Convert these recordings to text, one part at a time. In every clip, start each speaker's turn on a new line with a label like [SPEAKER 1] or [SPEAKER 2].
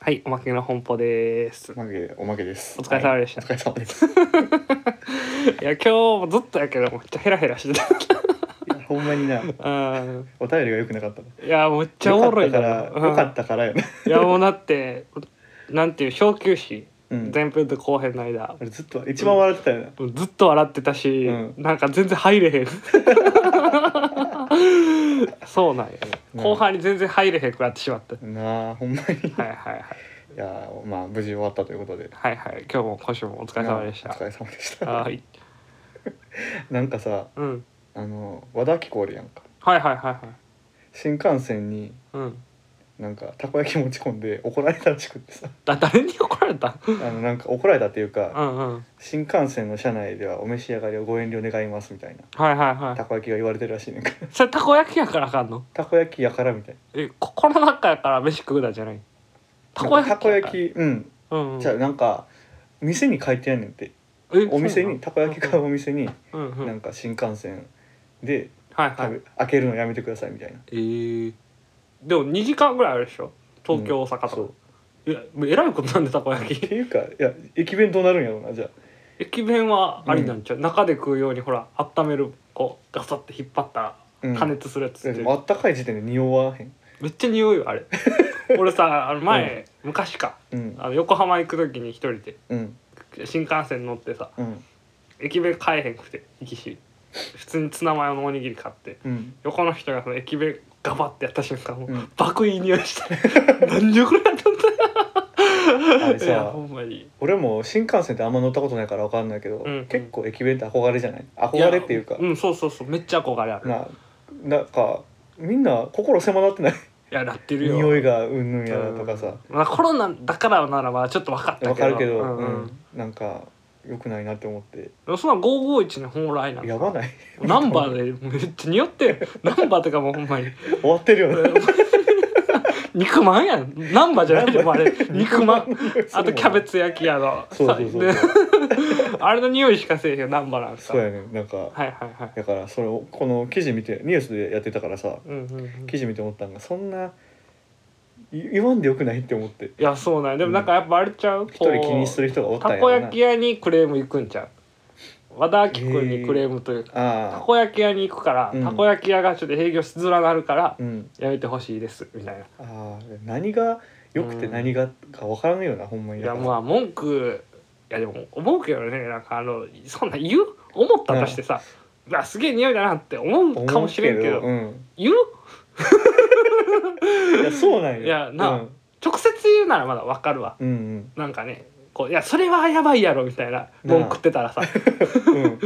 [SPEAKER 1] はい、おまけの本舗です。
[SPEAKER 2] おまけおまけです
[SPEAKER 1] お疲れ様でした
[SPEAKER 2] はいお疲れ様ですい
[SPEAKER 1] いや、今日もずっとやけど、めっちゃヘラヘラしてた。
[SPEAKER 2] やほんまにな
[SPEAKER 1] うん、
[SPEAKER 2] お便りが良くなかったの
[SPEAKER 1] いや、めっちゃおもろい
[SPEAKER 2] よか
[SPEAKER 1] な。
[SPEAKER 2] ったからよかったからよね
[SPEAKER 1] うんいや、もうだって、なんていう表休止、
[SPEAKER 2] うん
[SPEAKER 1] 前編と後編の間
[SPEAKER 2] あ。れずっと一番笑ってたよな
[SPEAKER 1] もうずっと笑ってたし、
[SPEAKER 2] うん
[SPEAKER 1] なんか全然入れへん そうなんやね、
[SPEAKER 2] うん
[SPEAKER 1] 後半に全然入れへんくなってしまった、
[SPEAKER 2] なあほんまにい
[SPEAKER 1] はいはいはい
[SPEAKER 2] やまあ無事終わったということで
[SPEAKER 1] はいはい今日も今週もお疲れ様でし
[SPEAKER 2] お
[SPEAKER 1] た
[SPEAKER 2] 疲れ様でした
[SPEAKER 1] はい、
[SPEAKER 2] なんかさ
[SPEAKER 1] うん、
[SPEAKER 2] あの和田アキ子おるやんか
[SPEAKER 1] はいはいはいはい
[SPEAKER 2] 新幹線に
[SPEAKER 1] うん
[SPEAKER 2] なんかたこ焼き持ち込んで怒られたらしくって さ
[SPEAKER 1] だ誰に怒られた
[SPEAKER 2] あのなんか怒られたっていう
[SPEAKER 1] う
[SPEAKER 2] か
[SPEAKER 1] んうん
[SPEAKER 2] 新幹線の車内ではお召し上がりをご遠慮願いますみたいな
[SPEAKER 1] はいはいは
[SPEAKER 2] た
[SPEAKER 1] い
[SPEAKER 2] こ焼きが言われてるらしいねんか
[SPEAKER 1] それたこ焼きやからあかんの
[SPEAKER 2] たこ焼きやからみたいな
[SPEAKER 1] えこコロナ禍やから飯食うだじゃないたこ焼き
[SPEAKER 2] なんかたこ
[SPEAKER 1] や
[SPEAKER 2] 焼
[SPEAKER 1] から
[SPEAKER 2] きうん
[SPEAKER 1] うんうん
[SPEAKER 2] じゃあなんか店に書いてやんねんって
[SPEAKER 1] え
[SPEAKER 2] お
[SPEAKER 1] そ
[SPEAKER 2] 店
[SPEAKER 1] うな
[SPEAKER 2] に
[SPEAKER 1] ん
[SPEAKER 2] たこ焼き買うお店に
[SPEAKER 1] うんうん
[SPEAKER 2] なんか新幹線で
[SPEAKER 1] はいは
[SPEAKER 2] 食
[SPEAKER 1] い
[SPEAKER 2] べ開けるのやめてくださいみたいな
[SPEAKER 1] えー、でも2時間ぐらいあるでしょ東京大阪
[SPEAKER 2] そ
[SPEAKER 1] と
[SPEAKER 2] う
[SPEAKER 1] か、いやえらいことなんでたこ焼
[SPEAKER 2] って
[SPEAKER 1] き
[SPEAKER 2] いうかいや駅弁どうなるんやろうなじゃあ
[SPEAKER 1] 駅弁はありなんちゃう、中で食うようにほら温めるこうガサッて引っ張ったら
[SPEAKER 2] うん
[SPEAKER 1] 加熱するやつ
[SPEAKER 2] で
[SPEAKER 1] って、
[SPEAKER 2] もあったかい時点で匂わへん
[SPEAKER 1] めっちゃ匂いよあ れ俺さあの前、昔か
[SPEAKER 2] うん
[SPEAKER 1] あの横浜行く時に一人で
[SPEAKER 2] うん
[SPEAKER 1] 新幹線乗ってさ
[SPEAKER 2] うん
[SPEAKER 1] 駅弁買えへんくて行きし普通にツナマヨのおにぎり買って
[SPEAKER 2] うん
[SPEAKER 1] 横の人がその駅弁ガバってやった瞬間もう、
[SPEAKER 2] うん
[SPEAKER 1] 爆いい匂いして何十ぐらいやったんだ
[SPEAKER 2] あれ
[SPEAKER 1] いや
[SPEAKER 2] さ
[SPEAKER 1] ほんまに
[SPEAKER 2] 俺も新幹線ってあんま乗ったことないから分かんないけど、
[SPEAKER 1] うん
[SPEAKER 2] 結構駅弁って憧れじゃない憧れっていうか
[SPEAKER 1] やうんそうそうそうめっちゃ憧れある
[SPEAKER 2] ななんかみんな心狭なってない
[SPEAKER 1] いやなってるよ
[SPEAKER 2] 匂いがうんぬんやらとかさ、
[SPEAKER 1] うんまあ、コロナだからならばちょっと分かったけど
[SPEAKER 2] わかるけど、
[SPEAKER 1] うんう
[SPEAKER 2] うん
[SPEAKER 1] ん
[SPEAKER 2] なんか良くないなって思って
[SPEAKER 1] でもそんな551の本来なんか
[SPEAKER 2] やばない
[SPEAKER 1] ナンバーでめっちゃ匂ってるナンバーとかもうほんまに
[SPEAKER 2] 終わってるよね
[SPEAKER 1] 肉まんやんナンバーじゃないでもあ れ肉まん あとキャベ
[SPEAKER 2] ツ
[SPEAKER 1] ツ焼きやの
[SPEAKER 2] そうそうそう
[SPEAKER 1] さで あれの匂いしかせえへんよナンバーなんか
[SPEAKER 2] そうやねなんか、
[SPEAKER 1] はいはいはい
[SPEAKER 2] だからそれをこの記事見てニュースでやってたからさ
[SPEAKER 1] うんうんうん
[SPEAKER 2] 記事見て思ったんがそんない言わんでよくないって思って
[SPEAKER 1] いやそうなんやでもなんかやっぱあれちゃう、
[SPEAKER 2] 一
[SPEAKER 1] こう
[SPEAKER 2] 人気にする人がおったん
[SPEAKER 1] た
[SPEAKER 2] や
[SPEAKER 1] こ
[SPEAKER 2] ろな
[SPEAKER 1] 焼き屋にクレーム行くんちゃう和田アキ子にクレームというか、た
[SPEAKER 2] ああ
[SPEAKER 1] こ焼き屋に行くから、
[SPEAKER 2] うん
[SPEAKER 1] たこ焼き屋がちょっと営業しづらなるから、
[SPEAKER 2] うん
[SPEAKER 1] やめてほしいですみたいな、
[SPEAKER 2] ああ何が良くて何がか分からんようなほんまに
[SPEAKER 1] いやまあ文句いやでも思うけどねなんかあのそんな言う思ったとしてさ、うわすげえ匂いだなって思うかもしれんけど
[SPEAKER 2] 思う
[SPEAKER 1] 言う
[SPEAKER 2] けどうんいやそうなんよ
[SPEAKER 1] いやな
[SPEAKER 2] うん
[SPEAKER 1] 直接言うならまだわかるわ
[SPEAKER 2] うん
[SPEAKER 1] なんかねこういやそれはやばいやろみたいな文句ってたら さ
[SPEAKER 2] うんうん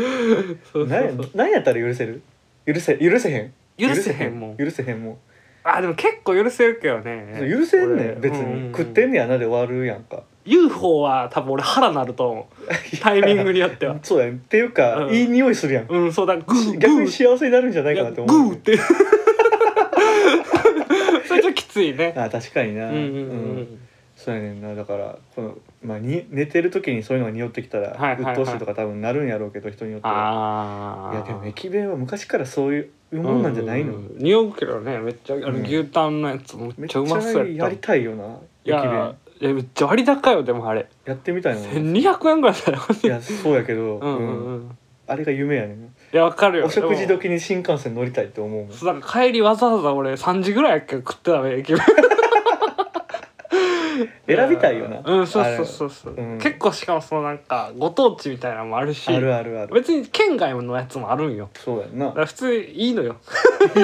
[SPEAKER 1] そうそ
[SPEAKER 2] な
[SPEAKER 1] うんそ
[SPEAKER 2] や
[SPEAKER 1] う
[SPEAKER 2] なんやったら許せる許せ許せへん
[SPEAKER 1] 許せへんもん
[SPEAKER 2] 許せへんもん
[SPEAKER 1] あでも結構許せるけどね
[SPEAKER 2] 許せんね
[SPEAKER 1] 俺
[SPEAKER 2] ん別
[SPEAKER 1] う
[SPEAKER 2] に、
[SPEAKER 1] んうんうん
[SPEAKER 2] 食ってんねやなで終わるやんか
[SPEAKER 1] UFO は多分俺腹なると思うタイミングによ っては
[SPEAKER 2] そうだよっていうか、
[SPEAKER 1] うん
[SPEAKER 2] いい匂いするやん、
[SPEAKER 1] うんそうだグー
[SPEAKER 2] 逆に幸せになるんじゃないかなと思
[SPEAKER 1] グー
[SPEAKER 2] う
[SPEAKER 1] って それちょっときついね
[SPEAKER 2] あ確かにな
[SPEAKER 1] うんうんう
[SPEAKER 2] うん
[SPEAKER 1] ん
[SPEAKER 2] そうやねんなだからこの、まあ、に寝てる時にそういうのが匂ってきたら、
[SPEAKER 1] いはいはい
[SPEAKER 2] 鬱陶しいとか多分なるんやろうけど人によっては
[SPEAKER 1] あ
[SPEAKER 2] い
[SPEAKER 1] あ
[SPEAKER 2] やでも駅弁は昔からそういうもんなんじゃないの、
[SPEAKER 1] 匂うけどねめっちゃあ
[SPEAKER 2] う
[SPEAKER 1] の
[SPEAKER 2] ん
[SPEAKER 1] 牛タンのやつめっ
[SPEAKER 2] めっ
[SPEAKER 1] ち
[SPEAKER 2] ち
[SPEAKER 1] ゃ
[SPEAKER 2] ゃ
[SPEAKER 1] うまそうや
[SPEAKER 2] や
[SPEAKER 1] った
[SPEAKER 2] りたいよない駅
[SPEAKER 1] や
[SPEAKER 2] 弁
[SPEAKER 1] いやめっちゃ割高よでもあれ
[SPEAKER 2] やってみたいな
[SPEAKER 1] 1200円ぐらいだよ
[SPEAKER 2] いやそうやけど、
[SPEAKER 1] うんうん
[SPEAKER 2] うん
[SPEAKER 1] うん
[SPEAKER 2] あれが夢やねん
[SPEAKER 1] いやわかるよ
[SPEAKER 2] お食事
[SPEAKER 1] でも
[SPEAKER 2] 時に新幹線乗りたいって思うもん
[SPEAKER 1] そうなんか帰りわざわざ俺3時ぐらいやっけ食ってたね駅弁
[SPEAKER 2] 選びたいよな
[SPEAKER 1] うんそうそうそうそう、
[SPEAKER 2] うん
[SPEAKER 1] 結構しかもそのなんかご当地みたいなのもあるし
[SPEAKER 2] あるあるある
[SPEAKER 1] 別に県外のやつもあるんよ
[SPEAKER 2] そうや ん
[SPEAKER 1] だ
[SPEAKER 2] な
[SPEAKER 1] から普通にいいのよ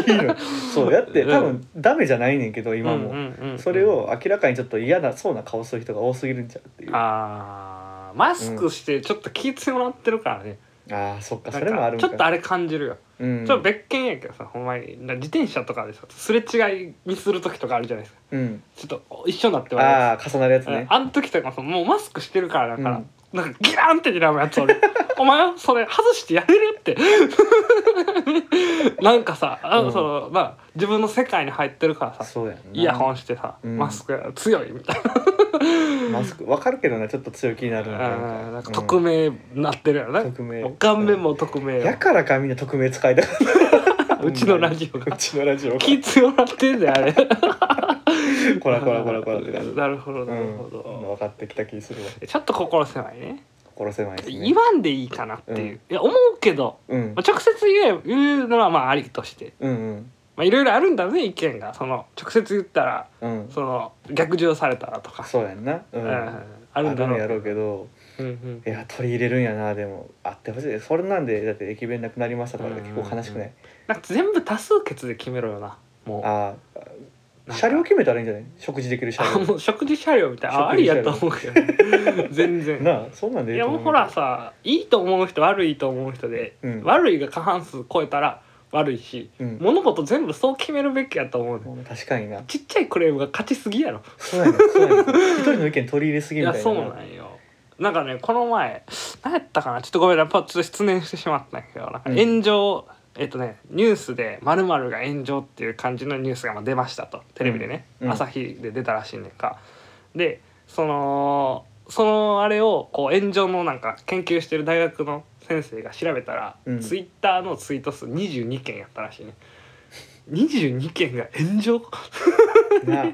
[SPEAKER 2] いいのそうやって
[SPEAKER 1] うん
[SPEAKER 2] 多分ダメじゃないねんけど今も、
[SPEAKER 1] うんうんうん
[SPEAKER 2] それを明らかにちょっと嫌なそうな顔する人が多すぎるんちゃうっていうあ
[SPEAKER 1] あーマスクしてちょっと気強なってるからね、
[SPEAKER 2] あーそっか
[SPEAKER 1] な
[SPEAKER 2] そ
[SPEAKER 1] んか
[SPEAKER 2] れもあるん
[SPEAKER 1] ち
[SPEAKER 2] か
[SPEAKER 1] ょっとあれ感じるよ、
[SPEAKER 2] うん
[SPEAKER 1] ちょっと別件やけどさほんまにな自転車とかでさすれ違いにする時とかあるじゃないですか
[SPEAKER 2] うん、
[SPEAKER 1] ちょっと一緒になって笑うや
[SPEAKER 2] ああ重なるやつ
[SPEAKER 1] つうん
[SPEAKER 2] ね
[SPEAKER 1] あの時とかもさもうマスクしてるからだから、
[SPEAKER 2] うん
[SPEAKER 1] なんかギラーンって睨むやつ俺 お前それ外してやれるって なんかさあの、
[SPEAKER 2] うん
[SPEAKER 1] そのまあ自分の世界に入ってるからさ
[SPEAKER 2] そうやんな
[SPEAKER 1] イヤホンしてさ、
[SPEAKER 2] うん
[SPEAKER 1] マスクや強いみたい
[SPEAKER 2] マスクわかるけどなちょっと強気になる
[SPEAKER 1] な,、
[SPEAKER 2] の
[SPEAKER 1] うん、なんか匿
[SPEAKER 2] 匿名
[SPEAKER 1] 名なってるやろな、
[SPEAKER 2] 匿名
[SPEAKER 1] もう顔面も匿名
[SPEAKER 2] や
[SPEAKER 1] よ、
[SPEAKER 2] からかみんな匿名使いたかっ た
[SPEAKER 1] うちのラジオが
[SPEAKER 2] うちのラジオが
[SPEAKER 1] 気強なってんだよあれ
[SPEAKER 2] こらこらこらこらって感じ
[SPEAKER 1] なるほど
[SPEAKER 2] う
[SPEAKER 1] なる
[SPEAKER 2] ん
[SPEAKER 1] ほど、
[SPEAKER 2] 分かってきた気するわ
[SPEAKER 1] ちょっと心狭いね
[SPEAKER 2] 心狭いですね
[SPEAKER 1] 言わんでいいかなっていう、
[SPEAKER 2] うん
[SPEAKER 1] いや思うけど、
[SPEAKER 2] うん
[SPEAKER 1] まあ、直接言え言うのはまあありとして
[SPEAKER 2] うんうん
[SPEAKER 1] まあいろいろあるんだね意見がその直接言ったら
[SPEAKER 2] うん
[SPEAKER 1] その逆上されたらとか、
[SPEAKER 2] そうやんなう
[SPEAKER 1] うんん
[SPEAKER 2] あ
[SPEAKER 1] あるんだ
[SPEAKER 2] る
[SPEAKER 1] ろ
[SPEAKER 2] ん
[SPEAKER 1] う
[SPEAKER 2] やろうけど
[SPEAKER 1] うんうん
[SPEAKER 2] いや取り入れるんやなでもあってほしいそれなんでだって駅弁なくなりましたとかって結構悲しくない
[SPEAKER 1] なんか全部多数決で決めろよなもう
[SPEAKER 2] ああ
[SPEAKER 1] なんか
[SPEAKER 2] 車両決めたらいいんじゃない食事できる車
[SPEAKER 1] あも
[SPEAKER 2] 両
[SPEAKER 1] う食事車両みたいなああ
[SPEAKER 2] 食事
[SPEAKER 1] り
[SPEAKER 2] 車
[SPEAKER 1] や
[SPEAKER 2] 両
[SPEAKER 1] と思うけどね 全然
[SPEAKER 2] なあそんなんで
[SPEAKER 1] い
[SPEAKER 2] ええ
[SPEAKER 1] や
[SPEAKER 2] と
[SPEAKER 1] もう
[SPEAKER 2] 思う
[SPEAKER 1] ほらさいいと思う人悪いと思う人で、
[SPEAKER 2] うん
[SPEAKER 1] 悪いが過半数超えたら悪いし
[SPEAKER 2] うん
[SPEAKER 1] 物事全部そう決めるべきやと思うね
[SPEAKER 2] 確かにな
[SPEAKER 1] ちっちゃいクレームが勝ちすぎやろ
[SPEAKER 2] そうやなそうやな一人の意見取り入れ
[SPEAKER 1] い
[SPEAKER 2] すぎみ
[SPEAKER 1] や
[SPEAKER 2] たい
[SPEAKER 1] そ
[SPEAKER 2] な
[SPEAKER 1] うなんよなんかねこの前何やったかなちょっとごめんなパッと失念してしまったんやけどなんか
[SPEAKER 2] うん
[SPEAKER 1] 炎上、えっとねニュースで「まるが炎上」っていう感じのニュースがまあ出ましたとテレビでね、
[SPEAKER 2] うんうん
[SPEAKER 1] 朝日で出たらしいねんかでそのそのあれをこう炎上のなんか研究してる大学の先生が調べたら、
[SPEAKER 2] うん
[SPEAKER 1] ツイッターのツイート数22件やったらしいね22件が炎上
[SPEAKER 2] なあ